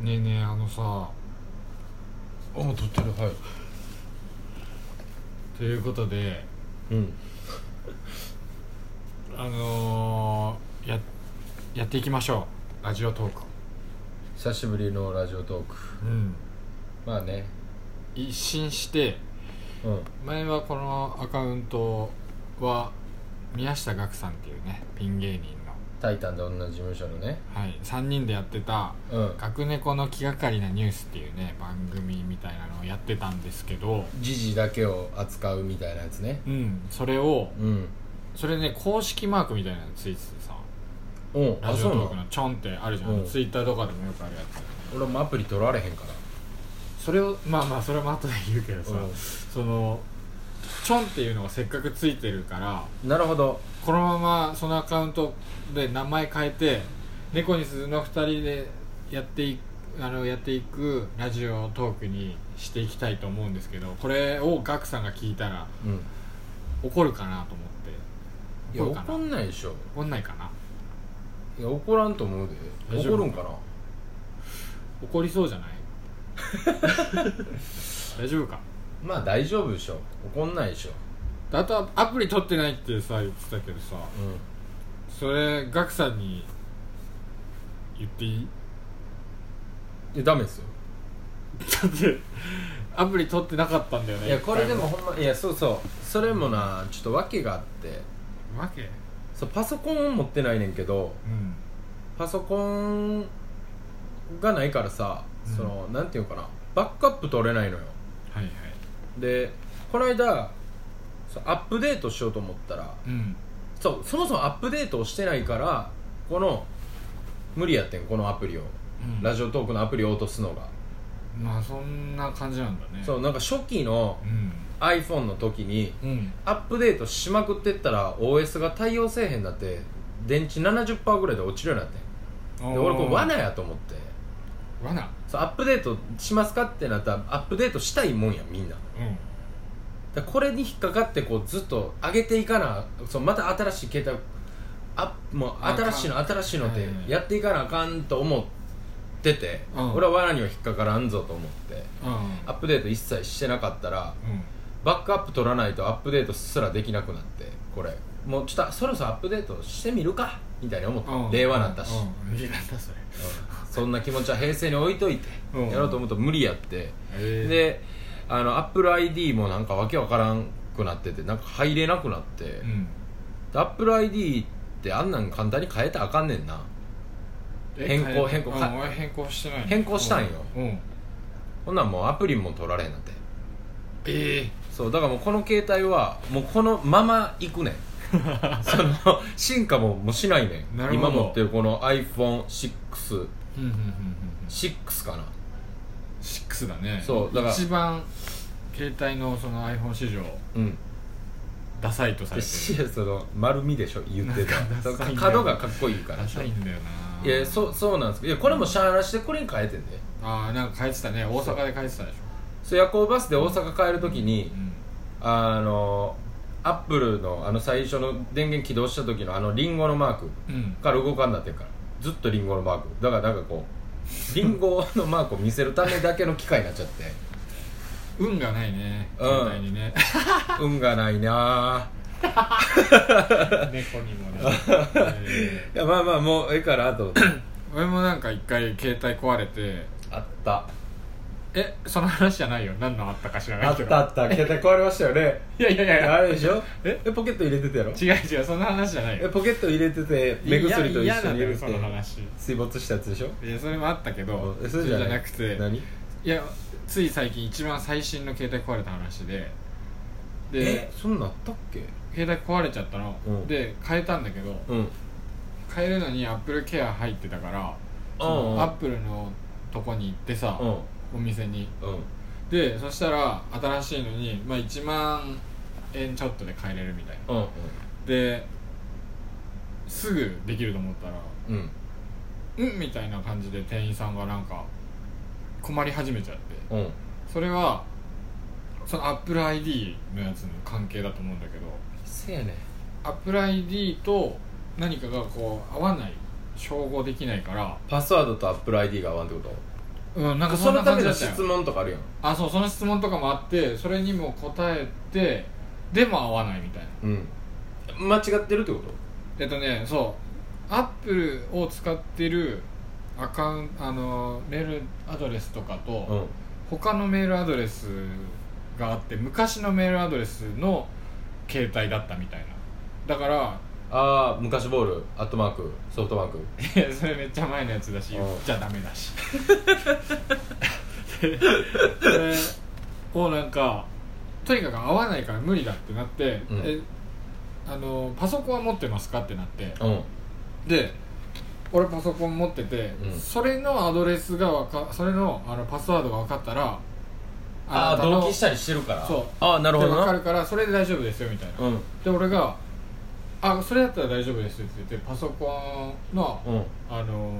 ねえねえあのさあ撮ってるはいということでうんあのー、ややっていきましょうラジオトーク久しぶりのラジオトークうんまあね一新してうん前はこのアカウントは宮下岳さんっていうねピン芸人の、タイタンで同じ事務所のねはい、3人でやってたうん「学猫の気がかりなニュース」っていうね番組みたいなのをやってたんですけど時事だけを扱うみたいなやつねうんそれをうんそれね公式マークみたいなのついててさうんラあジそオうなトークののチョンってあるじゃん、うんツイッターとかでもよくあるやつ俺もアプリ取られへんかそれをまあまあそれも後で言うけどさ、らそのチョンっていうのがせっかくついてるからなるほどこのままそのアカウントで名前変えて猫に鈴の2人でやっていあのやっていくラジオトークにしていきたいと思うんですけどこれをガクさんが聞いたらうん怒るかなと思いってや怒るか怒なんないでしょ怒んないかないや怒らんと思うで大怒丈夫るんかな怒りそう じゃない大丈夫かまあ大丈夫でしょ怒んないでしょあとはアプリ取ってないってさ言ってたけどさうんそれガクさんに言っていいいやダメですよだって アプリ取ってなかったんだよねいやこれでもほんまいやそうそうそれもなちょっと訳があってわけそうパソコンを持ってないねんけどうんパソコンがないからさ、うんそのなんていうのかなバックアップ取れないのよはいはいでこの間そうアップデートしようと思ったらうんそうそもそもアップデートをしてないからこの無理やってんこのアプリを、ラジオトークのアプリを落とすのが、まあそんな感じなんだねそうなんか初期のうん、 iPhone の時にうん、アップデートしまくってったら OS が対応せえへんだって電池70%ぐらいで落ちるようになってんで俺これ罠やと思って罠そうアップデートしますかってなったらアップデートしたいもんやみんなうんだからこれに引っかかってこうずっと上げていかなそうまた新しい携帯あもうあかん新しいの新しいのっはていはいはいやっていかなあかんと思ってて、うん俺は罠には引っかからんぞと思ってうんアップデート一切してなかったらうんバックアップ取らないとアップデートすらできなくなってこれもうちょっとそろそろアップデートしてみるかみたいに思って、うん令和なったし、うん令和なったそれそんな気持ちは平成に置いといて、うんやろうと思うと無理やって、えであの AppleID もなんかわけわからんくなっててなんか入れなくなって、えうでん AppleID ってあんなん簡単に変えたらあかんねんなえ変更変え変更うんか俺変更してないの変更したんようんうんほんなんもうアプリも取られへんなってええそうだからもうこの携帯はもうこのままい くねんその進化ももうしないねなるんほど今持ってるこの iPhone66 うんうんうんうんかな6だねそうだから一番携帯のその iPhone 史上うんダサいとさで れてシるエその丸みでしょ言ってたなんかダサいそうね角がかっこいいからダサいんだよないやそうそうなんですけどいやこれもしゃあなしでこれに変えてんでああなんか変えてたね大阪で変えてたでしそう夜行バスで大阪帰る時ょにうんあのアップルのあの最初の電源起動した時のあのリンゴのマークうんから動かんなってんからずっとリンゴのマークだからなんかこうリンゴのマークを見せるためだけの機械になっちゃって 運がないねうん携帯に ね運がないな猫にもねえぁいやまあまあもうええからとー俺もなんか一回携帯壊れて あったえその話じゃないよ何のあったか知らなあいっけどたあった携帯壊れましたよ ねいやいやいやあれでしょえポケット入れてたやろ違う違うそんな話じゃないえよポケット入れてて目薬と一嫌緒なんに入だれよてその話水没したやつでしょいやそれもあったけどえそれじゃなくて何いやつい最近一番最新の携帯壊れた話ででそんなんあったっけ携帯壊れちゃったの、うんで変えたんだけどうん変えるのにアップルケア入ってたからあアあップルのとこに行ってさ、うんお店にうんでそしたら新しいのに、まあ、1万円ちょっとで買えれるみたいなうんですぐできると思ったらうんうんみたいな感じで店員さんがなんか困り始めちゃってうんそれはそのアップル ID のやつの関係だと思うんだけどせやねアップル ID と何かがこう合わない照合できないからパスワードと AppleID が合わんってことうんなんかそそんなのた感じだめのったよ質問とかあるやんあそうその質問とかもあってそれにも答えてでも合わないみたいなうん間違ってるってことえっとねそうアップルを使ってるアカウントあのメールアドレスとかと、うん他のメールアドレスがあって昔のメールアドレスの携帯だったみたいなだからああ昔ボールアットマークソフトバンクいやそれめっちゃ前のやつだし言っちゃダメだ しでそれをなんかとにかく合わないから無理だってなって、うんえあのパソコンは持ってますかってなってうんで俺パソコン持ってて、うんそれのアドレスがわかそれのあのパスワードが分かったらああなたの同期したりしてるからそうああなるほど分かなるからそれで大丈夫ですよみたいな、うんで俺が「あそれだったら大丈夫です」って言ってパソコンの、うんあのー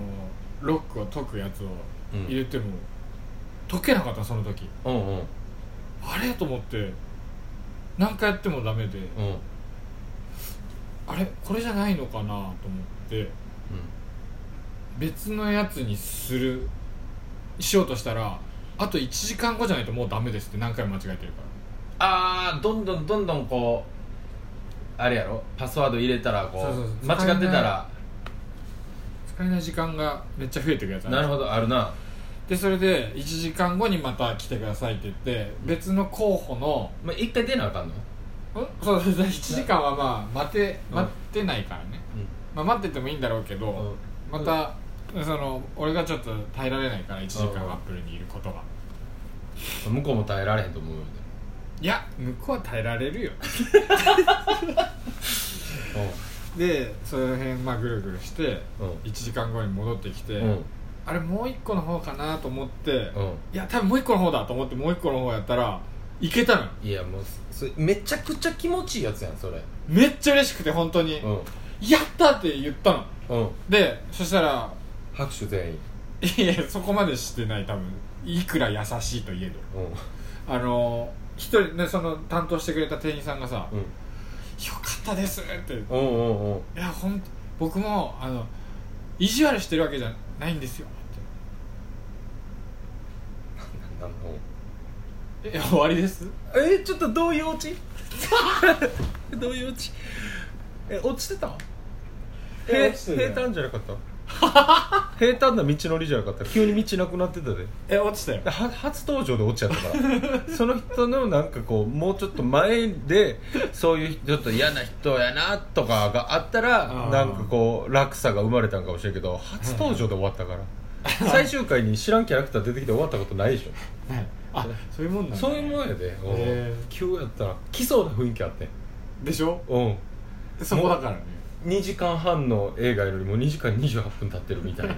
ロックを解くやつをうん入れても、解けなかったその時うんうんあれと思って何回やってもダメで、うんうんあれこれじゃないのかなと思って別のやつにするしようとしたらあと1時間後じゃないともうダメですって何回も間違えてるからああどんどんどんどんこうあれやろパスワード入れたらこそうそううそう間違ってたら使えない時間がめっちゃ増えてくやつあるなるほどあるなでそれで1時間後にまた来てくださいって言って別の候補のまあ一回出なあかんのんそうそうそう1時間はまあ待てうん待ってないからね、まあ、待っててもいいんだろうけど、うんまた、その俺がちょっと耐えられないから1時間うんアップルにいることが、向こうも耐えられへんと思うよねいや向こうは耐えられるよでその辺まあぐるぐるしてうん1時間後に戻ってきて、うんあれもう1個の方かなと思って、ういんや多分もう1個の方だと思ってもう1個の方やったらいけたのよいやもうそれめちゃくちゃ気持ちいいやつやんそれめっちゃ嬉しくて本当に、うんやったって言ったのうんでそしたら拍手全員いやそこまでしてない多分いくら優しいといえどうんあの一人ねその担当してくれた店員さんがさ「よかったです」って「いうんうんうんうんやほん僕もあの意地悪してるわけじゃないんですよ」なんかもうって「え終わりです?えー、ちょっとどういうオチ どういうオチえ落ちてたえ平落ちてる平坦じゃなかった 平坦な道のりじゃなかった急に道なくなってたで」え落ちたよは初登場で落ちちゃったか らその人のなんかこうもうちょっと前でそういうちょっと嫌な人やなとかがあったあらーなんかこう落差が生まれたんかもしれんけど初登場で終わったから最終回に知らんキャラクター出てきて終わったことないでし ょはいあそういうもんなんだそういうもんやで、うんへー急やったら来そうな雰囲気あってでしょうんそこだからね2時間半の映画よりも2時間28分経ってる みたいな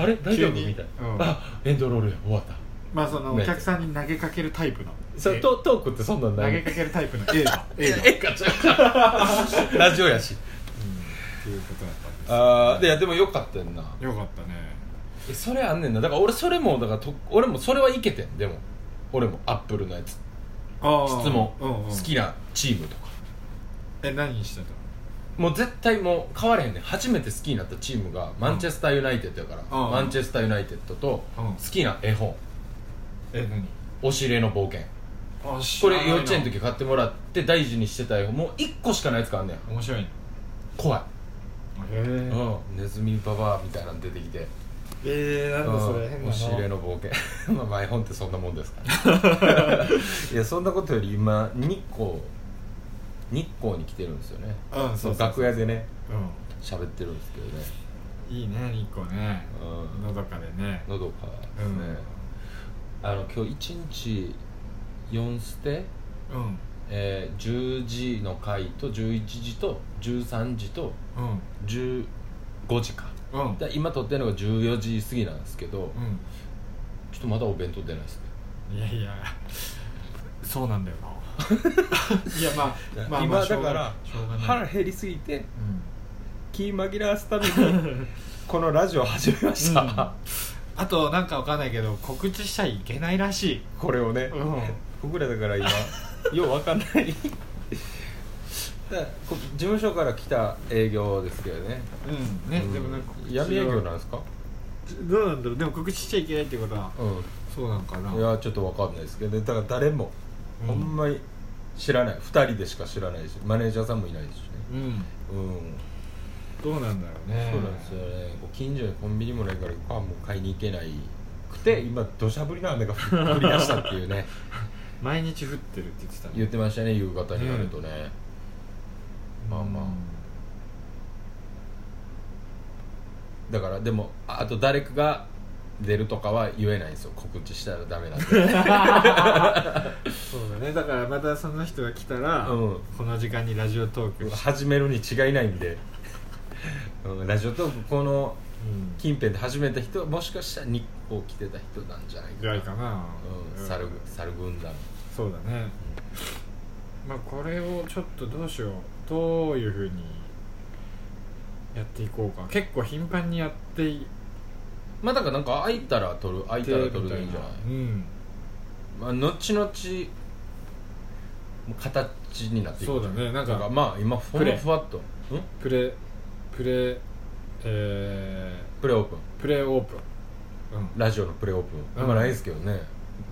あれ大丈夫急にみたいな、うんあエンドロールや終わったまあそのおね客さんに投げかけるタイプのそうえトトークってそんなん投ないげかけるタイプの A だ A だええかちゃ うラジオやしっていうことだったんですああいやでもよかったよなよかったねえそれあんねんなだから俺それもだからと俺もそれはいけてんでも俺もアップルのやつあー質問、うんうん、好きなチームとかえ何してたのもう絶対もう変われへんねん初めて好きになったチームがマンチェスターユナイテッドやから、うんマンチェスターユナイテッドとうん好きな絵本え何「おし入れの冒険あ」知こらないれな幼稚園の時買ってもらって大事にしてた絵本もう1個しかないやつがあんねん面白いのへ怖い、えうん、ネズミババアみたいなの出てきてえー、なんだそれ変な押し入れのの冒険 まあマイ本ってそんなもんですから いやそんなことより今日光日光に来てるんですよねうんそうそう楽屋でねう喋ってるんですけどね、んいいね日光ねうん、のどかでねのどかでうすんね、あの今日1日4ステ、うんえー10時の回と11時と13時とうん15時かうんうんだ今撮ってるのが14時過ぎなんですけどちょっとまだお弁当出ないですねいやいやそうなんだよな いやまあまあ、まあ、今しょだうかがらしょうがない腹減りすぎてうん気紛らわすため にこのラジオ始めましうんた、あとなんかわかんないけど告知しちゃいけないらしいこれをねうん僕らだか ら今ようわかんないだからこ事務所から来た営業ですけどねうんね、うんでもなんか闇営業なんですかどうなんだろうでも告知しちゃいけないってことはうそうなんかなんいやちょっとわかんないですけどねだから誰もうんほんまに知らない2人でしか知らないしマネージャーさんもいないですしねうんうんどうなんだろうねそうなんですよねこう近所にコンビニもないからパンも買いに行けないくて今土砂降りの雨が降り出したっていうね毎日降ってるって言ってたね言ってましたね夕方になるとね、まあまあだからでもああと誰かが出るとかは言えないんですよ告知したらダメなんで そうだねだからまたその人が来たら、うんこの時間にラジオトークし始めるに違いないんで、うん、ラジオトークこのうん近辺で始めた人はもしかしたら日光来てた人なんじゃないかぐらいかな、うん、猿ぐ猿軍団そうだね、まあこれをちょっとどうしようどういうふうにやっていこうか結構頻繁にやっていまあだからなんか空いたら取る空いみたたらい取るでいいんじゃなないうんまあ、後々もう形になっていくそうだねなんかまあ今ほプんまレふわっとんプレプレえプレオープンー、プレオープンうんラジオのプレオープン、うんまあないですけどね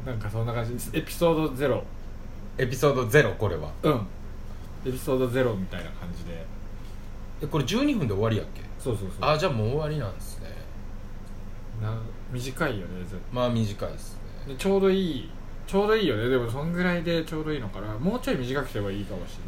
なんかそんな感じですエピソードゼロエピソード0これはうんエピソードゼロみたいな感じでえこれ12分で終わりやっけそうそうそうあじゃあもう終わりなんですねな短いよねずまあ短いですでねちょうどいいちょうどいいよねでもそんぐらいでちょうどいいのかなもうちょい短くすればいいかもしね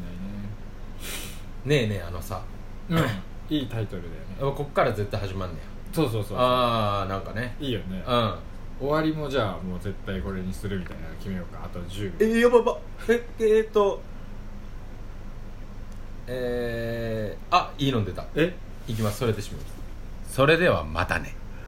えねえあのされないね うんいいタイトルだよねやっぱこっから絶対始まんねそうそうそやうああなんかねいいよねうん終わりもじゃあもう絶対これにするみたいなの決めようかあと10えやばばええー、っとえー、あいいの出たえいきますそれで締めますそれではまたね